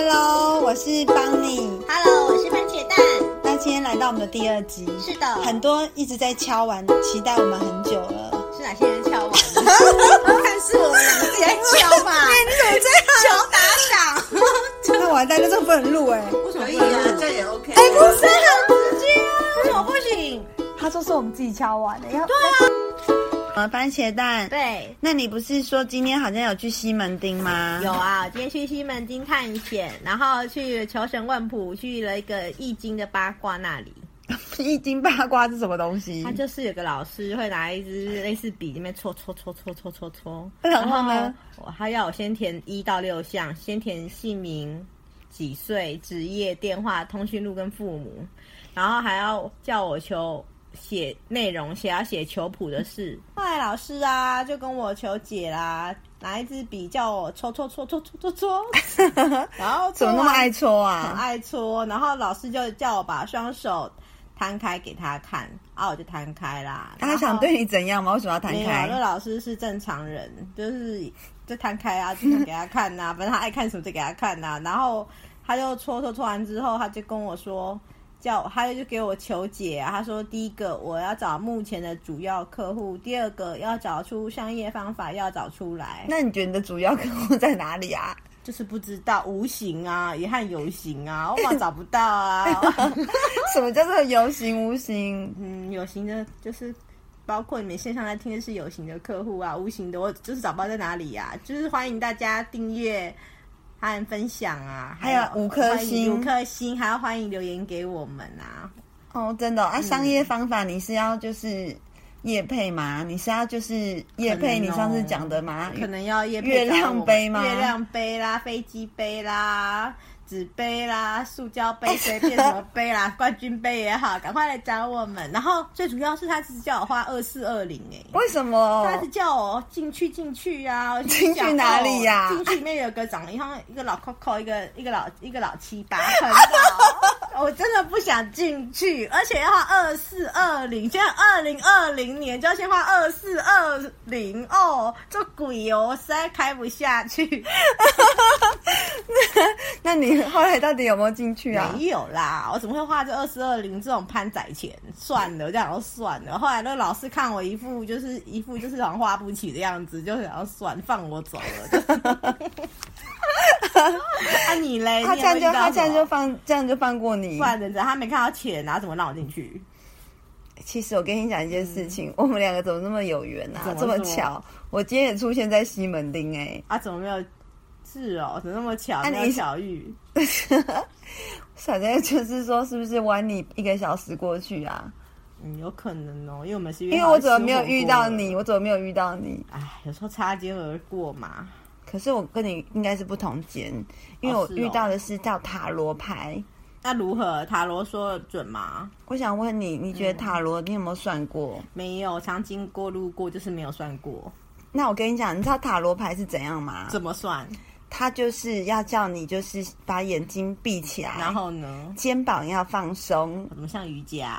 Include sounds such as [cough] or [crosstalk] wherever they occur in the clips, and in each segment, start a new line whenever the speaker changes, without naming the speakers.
我是邦尼。
Hello，我是番茄蛋。
那今天来到我们的第二集，
是的，
很多一直在敲完，期待我们很久了。
是哪些人 [laughs] 敲我们？看是我们两个自己在 [laughs] 敲吧？
哎你
敲打赏，
怎么这样？那我还在那这不能录哎、
为什么
可以
不能
啊，
录
这也 OK。
哎、不是很直接啊。
为什么不行？
他说是我们自己敲完的，要对啊。呃，番茄蛋，
对，
那你不是说今天好像有去西门町吗？
有啊，今天去西门町探险，然后去求神问卜，去了一个易经的八卦那里。
易经八卦是什么东西
他？就是有个老师会拿一支类似笔，里面戳戳戳戳戳戳戳，
然后呢？
我他要我先填一到六项，先填姓名、几岁、职业、电话、通讯录跟父母，然后还要叫我求写内容，写要写求谱的事。后来老师啊就跟我求解啦，拿一支笔叫我戳戳戳戳戳戳
[laughs]
戳，然后
怎么那么爱戳
很
啊？
爱搓，然后老师就叫我把双手摊开给他看，啊，我就摊开啦。然
啊他
后
想对你怎样吗？为什么要摊
没有啊，那
开？
老师是正常人，就是就摊开啊，就想给他看呐、反正他爱看什么就给他看呐、然后他就搓搓搓完之后，他就跟我说。叫我他就给我求解、啊，他说第一个我要找目前的主要客户，第二个要找出商业方法，要找出来。
那你觉得你的主要客户在哪里啊？
就是不知道无形啊，也和有形啊，
[laughs]
我嘛找不到啊。
哎什么叫做有形无形？
嗯，有形的，就是包括你们线上在听的是有形的客户啊，无形的我就是找不到在哪里呀、就是欢迎大家订阅和分享啊，
还有五颗
欢迎
星
五颗星，还要欢迎留言给我们啊。
哦，真的哦、
嗯
啊！商业方法你是要就是业配吗？你是要就是业配？
可
你
能哦
上次讲的吗？
可能要夜
哎月亮杯吗
月亮杯啦，飞机杯啦。纸杯啦，塑胶
[laughs]
杯，随便什么杯啦，冠军杯也好，赶快来找我们。然后最主要是他只是叫我花二四二零哎，
为什么
他？是叫我进去进去啊，我
哦进去哪里呀
进去里面有个长得像一个老 Coco，一个一个老一个老七八，很老。哦 [laughs] 我真的不想进去，而且要花二四二零，现在二零二零年就要先花二四二零哦，这鬼哦，我实在开不下去。
那你后来到底有没有进去啊？
没有啦，我怎么会花这二四二零这种潘仔钱？算了，这样就算了。后来那个老师看我一副就是一副就是好像花不起的样子，就想要算放我走了。 [laughs] 啊你嘞？
他
你
这
有没有
样就啊
遇到
他这样
什
就
么
放这样就放过你
不。然人家他没看到钱，然后怎么让我进去？
其实我跟你讲一件事情，我们两个怎么那么有缘啊
嗯怎？么
这么
说
巧，我今天也出现在西门町哎、
啊，怎么没有？是哦，怎么那么巧？
啊
没有
你
巧遇，
反正就是说，是不是晚你一个小时过去啊？
嗯，有可能哦，因为我们是
因为我怎么没有遇到？你？我怎么没有遇到你？
哎，有时候擦肩而过嘛。
可是我跟你应该是不同间，因为
哦
我
是哦
遇到的是叫塔罗牌。
那如何？塔罗说得准吗？
我想问你，你觉得塔罗你有没有算过？
没有，常经过路过，就是没有算过。
那我跟你讲，你知道塔罗牌是怎样吗？
怎么算？
它就是要叫你就是把眼睛闭起来，
然后呢？
肩膀要
[laughs]
放松，
怎么像瑜伽？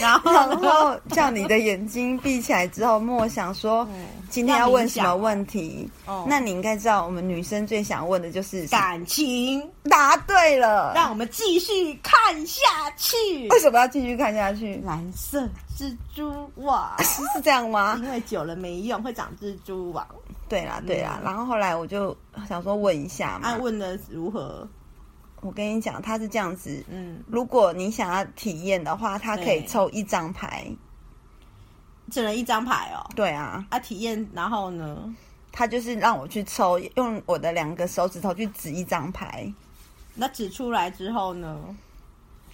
然后
然
呢
后叫你的眼睛闭起来之后，默想说今天要问什么问题。
哦
那你应该知道，我们女生最想问的就是
感情，
答对了，
让我们继续看下去。
为什么要继续看下去？
蓝色蜘蛛网，
[laughs] 是是这样吗？
因为久了没用，会长蜘蛛网。
对啦，对啦。然后后来我就想说问一下嘛，
嗯啊，问的如何？
我跟你讲，他是这样子。
嗯，
如果你想要体验的话，他可以
对
抽一张牌。
只能一张牌哦。
对啊，
啊，体验，然后呢？
他就是让我去抽，用我的两个手指头去指一张牌。
那指出来之后呢？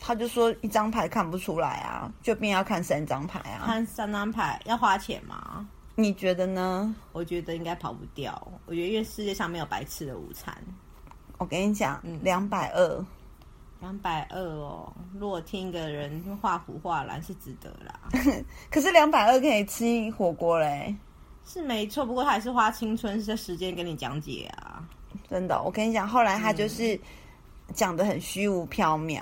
他就说一张牌看不出来啊，就变要看三张牌啊。
看三张牌要花钱吗？
你觉得呢？
我觉得应该跑不掉。我觉得因为世界上没有白吃的午餐，
我跟你讲，
嗯
两百二。
两百二哦。如果听一个人画虎画狼是值得啦， [laughs]
可是两百二可以吃火锅嘞，
是没错。不过他还是花青春的时间跟你讲解啊。
真的。我跟你讲，后来他
嗯
就是讲的很虚无缥
[laughs]
缈，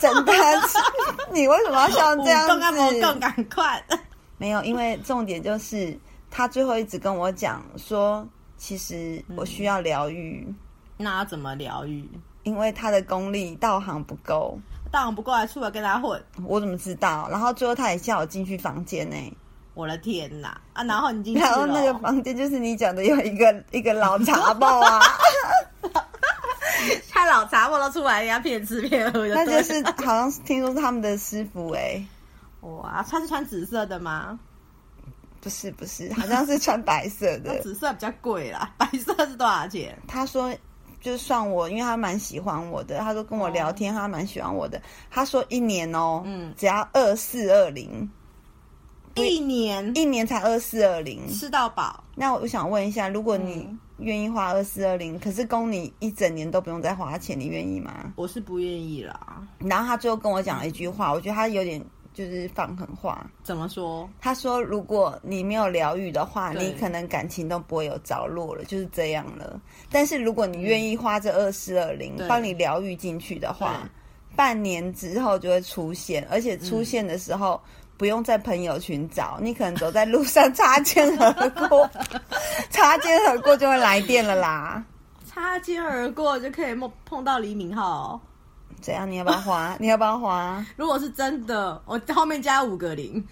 真的。 [laughs] 你为什么要笑哦这样
我嗯更我更
子？
赶快， [laughs]
没有，因为重点就是他最后一直跟我讲说，其实我需要疗愈。
那要怎么疗愈？
因为他的功力道行不够，
当然不过来，出来跟他混，
我怎么知道？然后最后他也叫我进去房间呢、
我的天哪啊！然后你进去
然
了
后
哦，
那个房间就是你讲的有一个 [laughs] 一个老茶
[laughs]
包啊，
他老茶沫都出来，人家骗吃骗喝的，
[laughs] 那就是好像是听说是他们的师傅哎、
哇，他是穿紫色的吗？
不是不是，好像是穿白色
那 [laughs]
的。
紫色比较贵啦， [laughs] 白色是多少钱？
他说就算我，因为他蛮喜欢我的，他说跟我聊天，他蛮喜欢我的。他说一年哦，
哦嗯
只要二四二零，
一年
一年才二四二零。
吃到饱，
那我想问一下，如果你
嗯
愿意花二四二零，可是供你一整年都不用再花钱，你愿意吗？
我是不愿意啦。
然后他最后跟我讲了一句话，我觉得他有点就是放狠话。
怎么说？
他说：“如果你没有疗愈的话，
对
你可能感情都不会有着落了，就是这样了。但是如果你愿意花这二四二零
对
帮你疗愈进去的话，半年之后就会出现，而且出现的时候。不用在朋友群找，你可能走在路上擦肩而过， [laughs] 擦肩而过就会来电了啦。
擦肩而过就可以碰碰到李敏镐哦、
怎样？你要不要花？你要不要花？
如果是真的，我后面加五个零，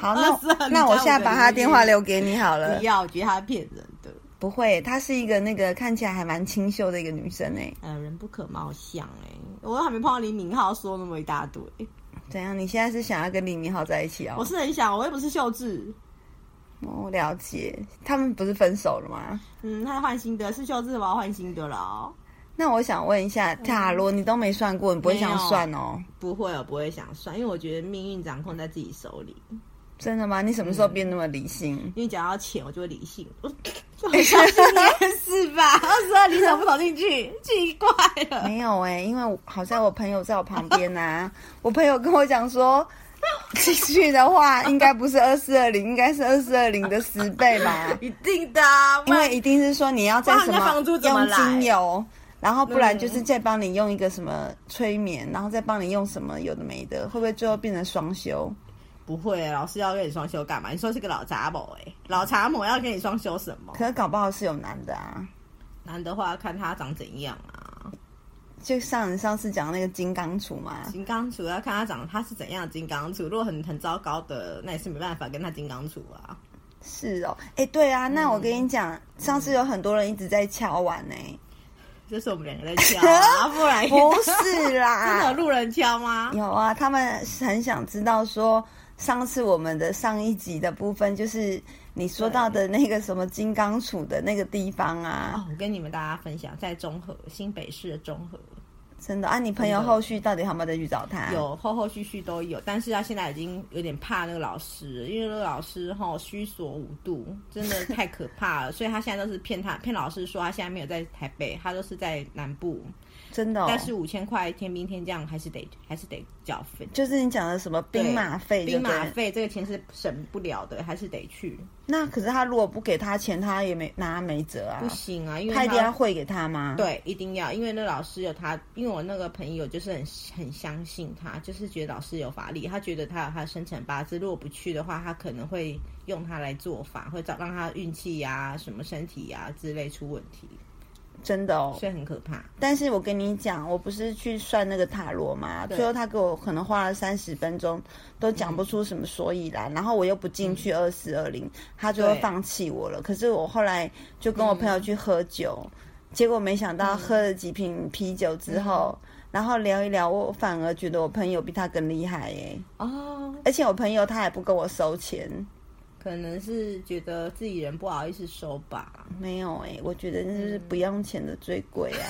好， [laughs] 那
22
那啊我
你加
现在
五个
把他
零
电话留给你好了
不。 [laughs] 要，我觉得他骗人的。
不会，她是一个那个看起来还蛮清秀的一个女生哎、
哎，人不可貌相哎、我都还没碰到李敏镐说那么一大堆，
怎样？你现在是想要跟李明浩在一起哦？
我是很想，我又不是秀智。
我了解，他们不是分手了吗？
嗯，他换新的，是秀智，我要换新的了哦。
那我想问一下，塔罗你都没算过，你不会想算哦？
不会，我不会想算，因为我觉得命运掌控在自己手里。
真的吗？你什么时候变那么理性？
因为讲到钱，我就会理 [laughs] 性，我就很相信你是吧？ [laughs] 二十二你怎么不走进去？奇怪了，
没有哎、因为我好在我朋友在我旁边啊， [laughs] 我朋友跟我讲说。 [laughs] 进去的话，应该不是二四二零，应该是二四二零的十倍吧？
一定的、啊，不
因
然
为一定是说你要在什
不然人家房租怎么
用
来嗯
精油，然后不然就是再帮你用一个什么催眠，然后再帮你用什么有的没的，会不会最后变成双休？
不会，老师要跟你双休干嘛？你说是个老杂某哎、老杂某要跟你双休什么？
可是搞不好是有男的啊，
男的话看他长怎样啊，
就像你上次讲那个金刚杵嘛，
金刚杵要看他长他是怎样的金刚杵，如果很很糟糕的，那也是没办法跟他金刚杵啊。
是哦，哎、对啊，
嗯
那我跟你讲，上次有很多人一直在敲碗呢、
[laughs] 这是我们两个在敲、啊，不
[laughs]
然
不是
[laughs] 真的有
啦，
路人敲吗？
有啊，他们很想知道说。上次我们的上一集的部分，就是你说到的那个什么金刚杵的那个地方啊，
哦，我跟你们大家分享，在中和新北市的中和，
真的啊？你朋友
真的
后续到底有没有再去找他？，
有后后续续都有，但是他现在已经有点怕那个老师了，因为那个老师吼虚所无度，真的太可怕了，所以他现在都是骗他骗老师说他现在没有在台北，他都是在南部，
真的、哦。
但是五千块天兵天将还是得还是得缴费。
就是你讲的什么兵马费，
兵马
对不对。
费这个钱是省不了的，还是得去。
那可是他如果不给他钱，他也没拿他没辙啊
不。行啊，因为
他一定要汇给他吗？。
对，一定要，因为那老师有他，因为我那个朋友就是很很相信他，就是觉得老师有法力，他觉得他有他的生辰八字，如果不去的话，他可能会用他来做法，会找让他运气呀、什么身体呀、之类出问题，
真的哦。
所以很可怕。
但是我跟你讲，我不是去算那个塔罗嘛，最后他给我可能花了三十分钟，都讲不出什么所以然，然后我又不进去二四二零，他就会
对
放弃我了。可是我后来就跟我朋友去喝酒，结果没想到喝了几瓶啤酒之后，然后聊一聊，我反而觉得我朋友比他更厉害耶、
哦，
而且我朋友他也不跟我收钱，
可能是觉得自己人不好意思收吧。
没有哎、我觉得那就是不用钱的最贵 [laughs] 啊。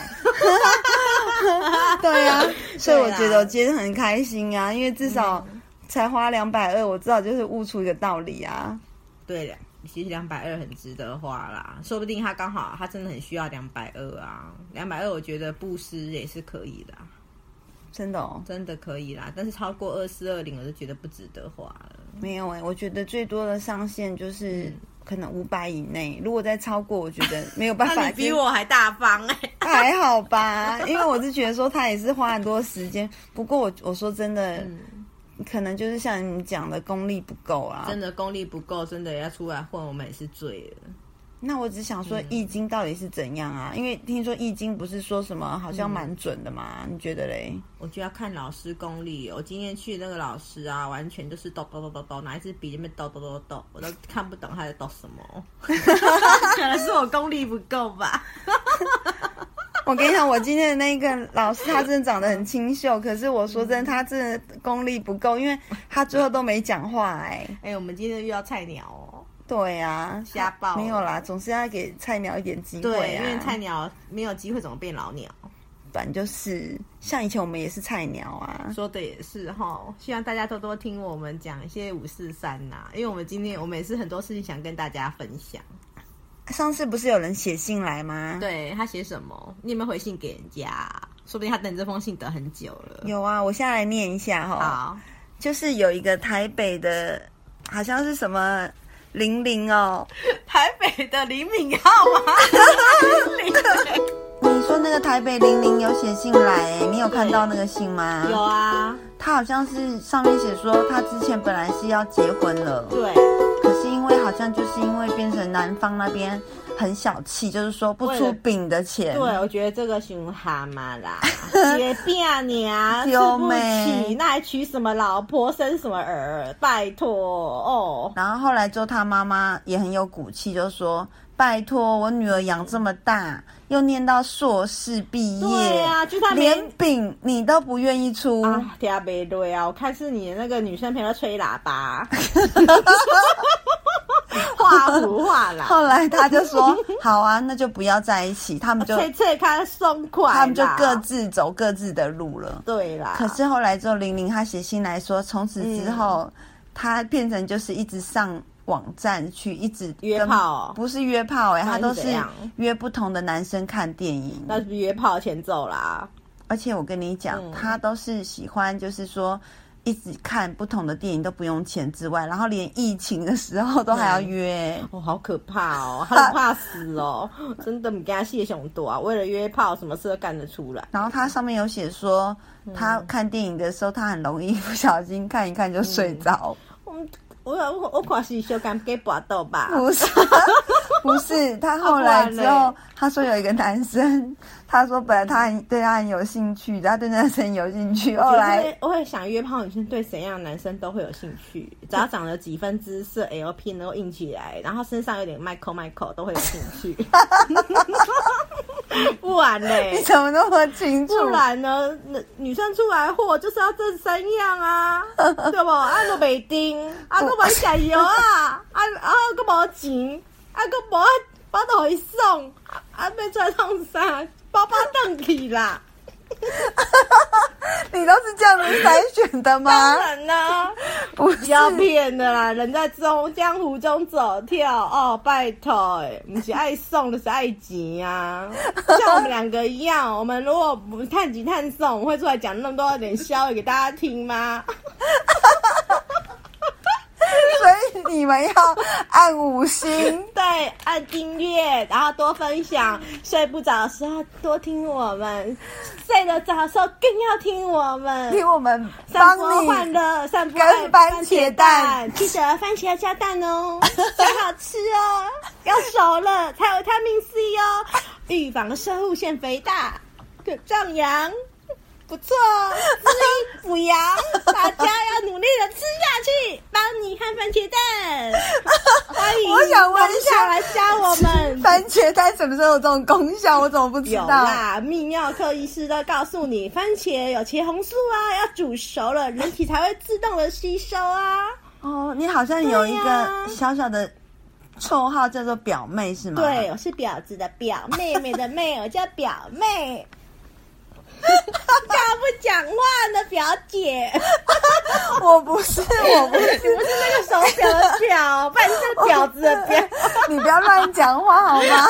对啊，所以我觉得我今天很开心啊，因为至少才花两百二，我至少就是悟出一个道理啊。
对的，其实两百二很值得花啦，说不定他刚好他真的很需要两百二啊，两百二我觉得布施也是可以的啊。
真的哦，
真的可以啦，但是超过二四二零，我就觉得不值得花了。
没有哎、我觉得最多的上限就是可能五百以内，如果再超过，我觉得没有办法。就是
我还大方哎、
还好吧，因为我是觉得说他也是花很多时间，不过我我说真的，可能就是像你们讲的功力不够啊，
真的功力不够，真的要出来混，我们也是醉了。
那我只想说，《易经》到底是怎样啊？因为听说《易经》不是说什么好
嗯
像蛮准的嘛？你觉得嘞？
我就要看老师功力。我今天去那个老师啊，完全就是抖抖抖抖抖，拿一支笔在那边抖抖抖抖，我都看不懂他在抖什么。可能是我功力不够吧。
我跟你讲，我今天的那个老师，他真的长得很清秀，可是我说
嗯
真的，他真的功力不够，因为他最后都没讲话哎、
[laughs] 哎、我们今天遇到菜鸟哦。
对呀、啊，
瞎报
没有啦，总是要给菜鸟一点机会
对，因
啊。
为菜鸟没有机会，怎么变老鸟？
本就是像以前我们也是菜鸟啊，
说的也是哈，希望大家多多听我们讲一些五四三呐，因为我们今天我们也是很多事情想跟大家分享。
上次不是有人写信来吗？
对他写什么？你有没有回信给人家啊？说不定他等这封信等很久了。
有啊，我现在来念一下哈，
好，
就是有一个台北的，好像是什么玲玲哦，
台北的李敏镐吗？
你说那个台北玲玲有写信来、哎，你有看到那个信吗？
[laughs] 有，啊，
她好像是上面写说她之前本来是要结婚了，
对，
可是因为好像就是因为变成男方那边很小气，就是说不
为
出
了
饼的钱，
对，我觉得这个熊蛤蟆 [laughs] 啦，结变娘啊吃
丢
不
妹
起，那还娶什么老婆，生什么儿？拜托哦，
然后后来之后，他妈妈也很有骨气，就说：“拜托，我女儿养这么大，又念到硕士毕业，
对啊就算没
连饼你都不愿意出。
啊，听不对啊！我看是你的那个女生朋友在吹喇
[laughs]
叭，画符画啦，
后来他就说：“好啊，那就不要在一起。”他
[laughs]
们就
啊吹吹看松快啦，啊
他们就各自走各自的路了。
对啦。
可是后来之后，玲玲她写信来说，从此之
嗯
后，她变成就是一直上网站去，一直
约
跟
炮哦
不是约炮哎、欸，
那
她
是
都
怎
是
样
约不同的男生看电影。
那是不是约炮前奏啦？
而且我跟你讲，
嗯
他都是喜欢，就是说一直看不同的电影都不用钱之外，然后连疫情的时候都还要约。
哦，好可怕
[laughs]
哦，他很怕死哦，真的，你跟他谢熊多啊！为了约炮，什么事都干得出来。
然后他上面有写说，
嗯
他看电影的时候，他很容易不小心看一看就睡着。
我我我我可是修改给搏斗吧，
不是， [laughs] 不是，他后来
嗯啊
之
不然
后
嘞，
他说有一个男生，他说本来他很对他很有兴趣，他对那个生有兴趣，后来
我会想约炮女生对怎样的男生都会有兴趣，只要长了几分姿色，LP 能够硬起来，然后身上有点 Michael Michael 都会有兴趣。 [laughs] 不然
你
嘞，
怎么那么清楚？
不然呢？那女生出来货就是要这三样啊，对不？啊，都没丁，啊，都没加油啊，啊啊，个无钱，啊个无包都会送，啊啊，要出来送啥？包包当去啦。
你都是这样子筛选的吗
当？然啦、
不是
不要骗的啦！人在中江湖中走跳哦，拜托、欸，你是爱送的是爱急啊，像我们两个一样，我们如果不探急探送，我们会出来讲那么多点消息给大家听吗？ [laughs]
所以你们要按
[laughs]
五星。
对，按订阅，然后多分享。睡不着的时候多听我们，睡得着的时候更要听我们。
听我们帮
散播欢
你，
乐，散播
跟
爱
番茄
蛋，记得番茄要加蛋
[laughs]
哦，才好吃哦，要熟了才有维他命 C 哦，预防生物腺肥大，壮阳，不错哦，滋阴补阳，大家要努力的吃下去，帮你和番茄
[laughs]
蛋，欢迎，
我想问一下
来加我们。
番茄蛋什么时候有这种功效？我怎么不知
有
道？
啦，泌尿科医师都告诉你，番茄有茄红素啊，要煮熟 [laughs] 了，人体才会自动的吸收 [laughs] 啊。
哦，你好像有一
对呀
个小小的绰号叫做表妹是吗？
对，，我是婊子的婊，妹妹的妹，我叫表 [laughs] 妹。讲不讲话呢，表姐？
[laughs] 我不是，我不是，
不是那个手表的表，不然是那个婊子的 [laughs] 婊。
你不要乱讲话好
[laughs]
吗？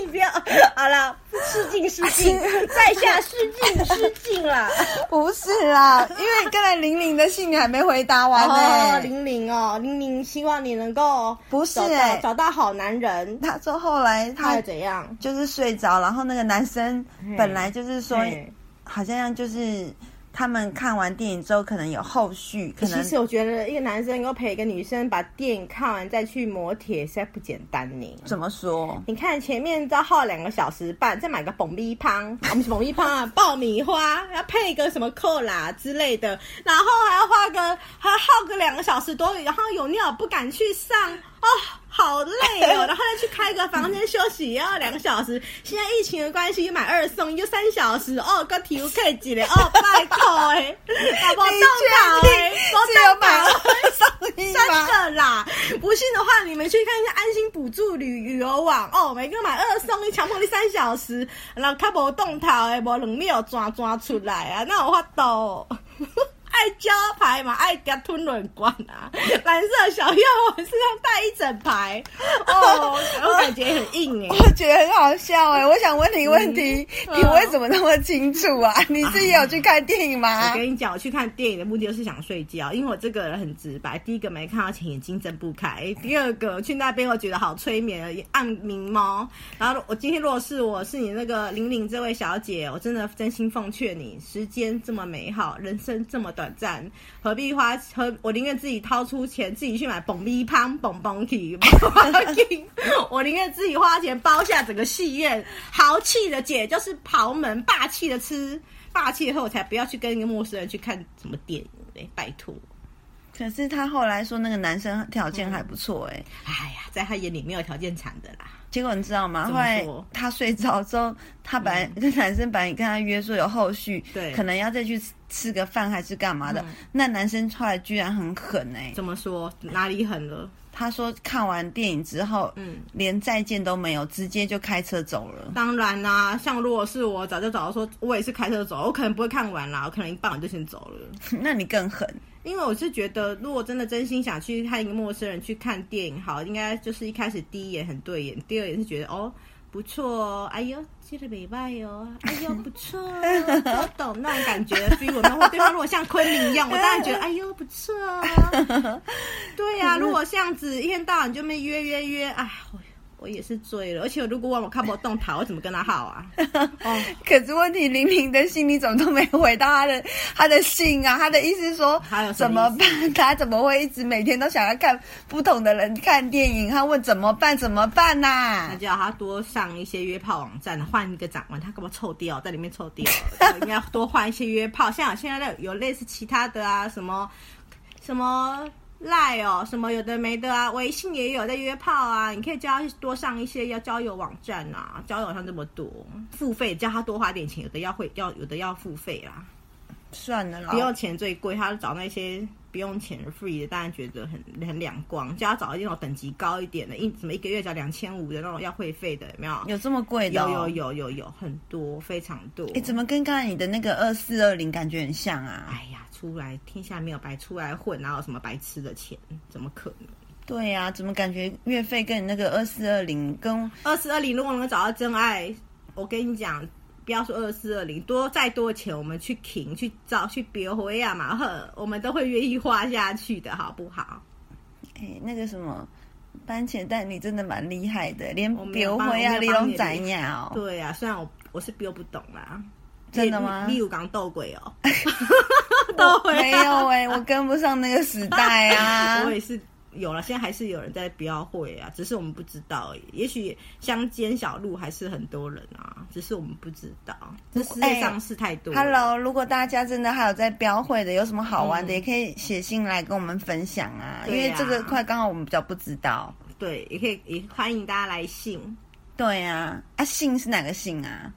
你不要，好了，失敬失敬，在下失敬失敬了。
不是啦，因为刚才玲玲的信你还没回答完呢、
哦，玲玲哦，玲玲，希望你能够
不是
找到、
欸
找到好男人，
她说后来
他
她
会怎样？
就是睡着，然后那个男生本来就是说
嘿
好像就是他们看完电影之后可能有后续，可能
其实我觉得一个男生能够陪一个女生把电影看完再去磨铁，实在不简单呢。
怎么说？
你看前面要耗两个小时半，再买个蹦咪汤，我们是蹦咪汤 [laughs] 啊，爆米花，要配个什么扣啦之类的，然后还要花个还要耗个两个小时多，然后有尿不敢去上哦，好累哦，然后再去开个房间休息也要两个小时。现在疫情的关系，买二送一就三小时哦，个体育课几连哦，拜托哎，宝宝动脑哎，
是有买二
欸
送
[laughs]
一
真
吗？
的啦，不信的话，你们去看一下安心补助旅旅游网哦，每个人买二送一，强迫你三小时，然后他无动头的，无两秒抓抓出来啊，那有法度。 [laughs] 爱招牌嘛，爱夹吞软管啊，蓝色小药我身上带一整排哦，我感觉很硬哎、
我觉得很好笑哎、我想问你问题，
嗯
你为什么那么清楚啊？ [laughs] 你自己有去看电影
[laughs]
吗
我？跟你讲，我去看电影的目的就是想睡觉，因为我这个人很直白。第一个没看到钱，眼睛睁不开；第二个去那边，我觉得好催眠，按名猫。然后我今天如果是我是你那个玲玲这位小姐，我真的真心奉劝你，时间这么美好，人生这么短暂，何必花？何我宁愿自己掏出钱，自己去买蹦咪乓蹦蹦体， [laughs] 我宁愿自己花钱包下整个戏院，豪气的姐就是豪门，霸气的吃。霸气后才不要去跟一个陌生人去看什么电影嘞，拜托！
可是他后来说那个男生条件还不错哎、
哎呀，在他眼里没有条件惨的啦。
结果你知道吗？
怎
后
么
来
说嗯
他睡着之后，他本来那、 [laughs] 男生本来跟他约说有后续，
对嗯
可能要再去吃吃个饭还是干嘛的。那男生后来居然很狠哎、
怎么说？哪里狠了？
他说看完电影之后，
嗯，
连再见都没有，直接就开车走了。 [laughs]
当然啦、像如果是我，早就早就说，我也是开车走，我可能不会看完啦，我可能一半我就先走了。
那你更狠，
因为我是觉得，如果真的真心想去和一个陌生人去看电影，好，应该就是一开始第一眼很对眼，第二眼是觉得哦不错哦，哎呦，记得美拜哦，哎呦不错哦，我懂那种感觉 feel 有没有？或对方如果像昆凌一样，我当然觉得哎呦不错哦。对呀、如果这样子一天到晚就没约约约，哎，我我也是醉了，而且如果我看不动他，我怎么跟他好啊？哦，
[laughs] 可是问题，玲玲的信你怎么都没回到他的他的信啊？他的意思是说
他有，什
怎
么
么
意思
办？他怎么会一直每天都想要看不同的人看电影？他问怎么办？怎么办呐、
那就要他多上一些约炮网站，换一个长官，他干嘛臭掉，在里面臭掉，就应该多换一些约炮。像现在有类似其他的啊，什么什么赖哦，什么有的没的啊，微信也有在约炮啊，你可以叫他多上一些要交友网站啊，交友网站这么多，付费叫他多花点钱，有的要会要有的要付费啦，
算了啦，
不用钱最贵，他找那些。不用钱的 free 的，当然觉得很很两光，叫他找一种等级高一点的，一什么一个月交两千五的那种要会费的，有没有？
有这么贵的、
有
哦？
有。有有有很多，非常多。
哎、怎么跟刚才你的那个二四二零感觉很像啊？
哎呀，出来天下没有白出来混，哪有什么白吃的钱？怎么可能？
对呀、怎么感觉月费跟你那个二四二零跟
二四二零，如果能找到真爱，我跟你讲，不要说二四二零，多再多钱，我们去停去找去别回啊嘛呵，我们都会愿意花下去的，好不好？
哎、那个什么番茄蛋，你真的蛮厉害的，连
我没有
标
帮
会啊、
我没
李
有帮你
龙仔鸟，
对呀、虽然我我是丢不懂啦，
真的吗
例例如刚斗鬼
[laughs]
哦， [laughs] 斗鬼啊
没有哎、我跟不上那个时代啊
[laughs] 我。也是有了，现在还是有人在标会啊，只是我们不知道而已。也许乡间小路还是很多人啊，只是我们不知道。这世界上事太多了。
哎 Hello，如果大家真的还有在标会的，有什么好玩
嗯
的，也可以写信来跟我们分享啊，因
对
为
呀
这个块刚好我们比较不知道。
对，也可以也欢迎大家来信，
对呀、啊，啊信是哪个信啊？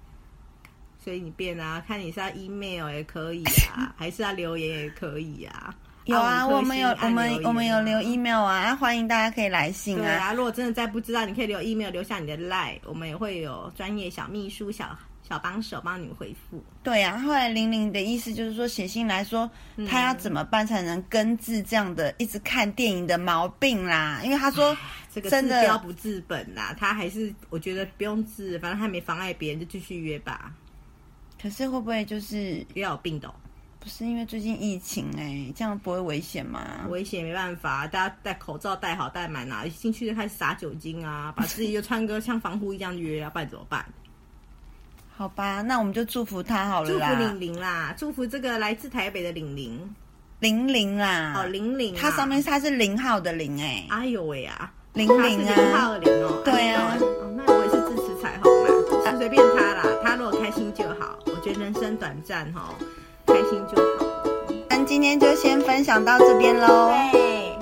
随你便啊，看你是要 email 也可以
[laughs]
啊，还是要留言也可以啊。
有啊，
按
我
五颗
们
星
有我
按
们
言
我们有留
啊
email 啊，啊欢迎大家可以来信
对
啊。
啊，如果真的再不知道，你可以留 email 留下你的 line，我们也会有专业小秘书、小小帮手帮你回复。
对呀、后来玲玲的意思就是说，写信来说
嗯
她要怎么办才能根治这样的一直看电影的毛病啦？因为她说，
这个
真
治
的
标不治本啦，他还是我觉得不用治，反正他没妨碍别人，就继续约吧。
可是会不会就是
约有病的哦、
不是因为最近疫情哎、这样不会危险吗？
危险没办法，大家戴口罩戴好戴满啊，一进去就开始撒酒精啊，把自己就穿个像防护衣这样约啊，不然怎么办？
好吧，那我们就祝福他好了
祝福
啦
玲，玲啦，祝福这个来自台北的玲玲
玲玲啦，
哦，玲玲啊，
它上面它是零号的零哎、
哎呦喂啊，
玲
她
玲
是
啊
零号的零哦，
对啊
哎呦哦，那我也是支持彩虹啦，随便她啦，她如果开心就好，我觉得人生短暂哈，开心就好。
那今天就先分享到这边喽，
对，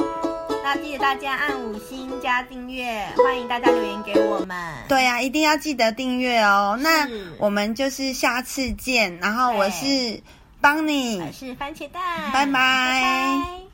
那记得大家按五星加订阅，欢迎大家留言给我们。
对呀、一定要记得订阅哦。那
是
我们就是下次见，然后我
对
是邦尼，
我是番茄蛋，
拜
拜
拜
拜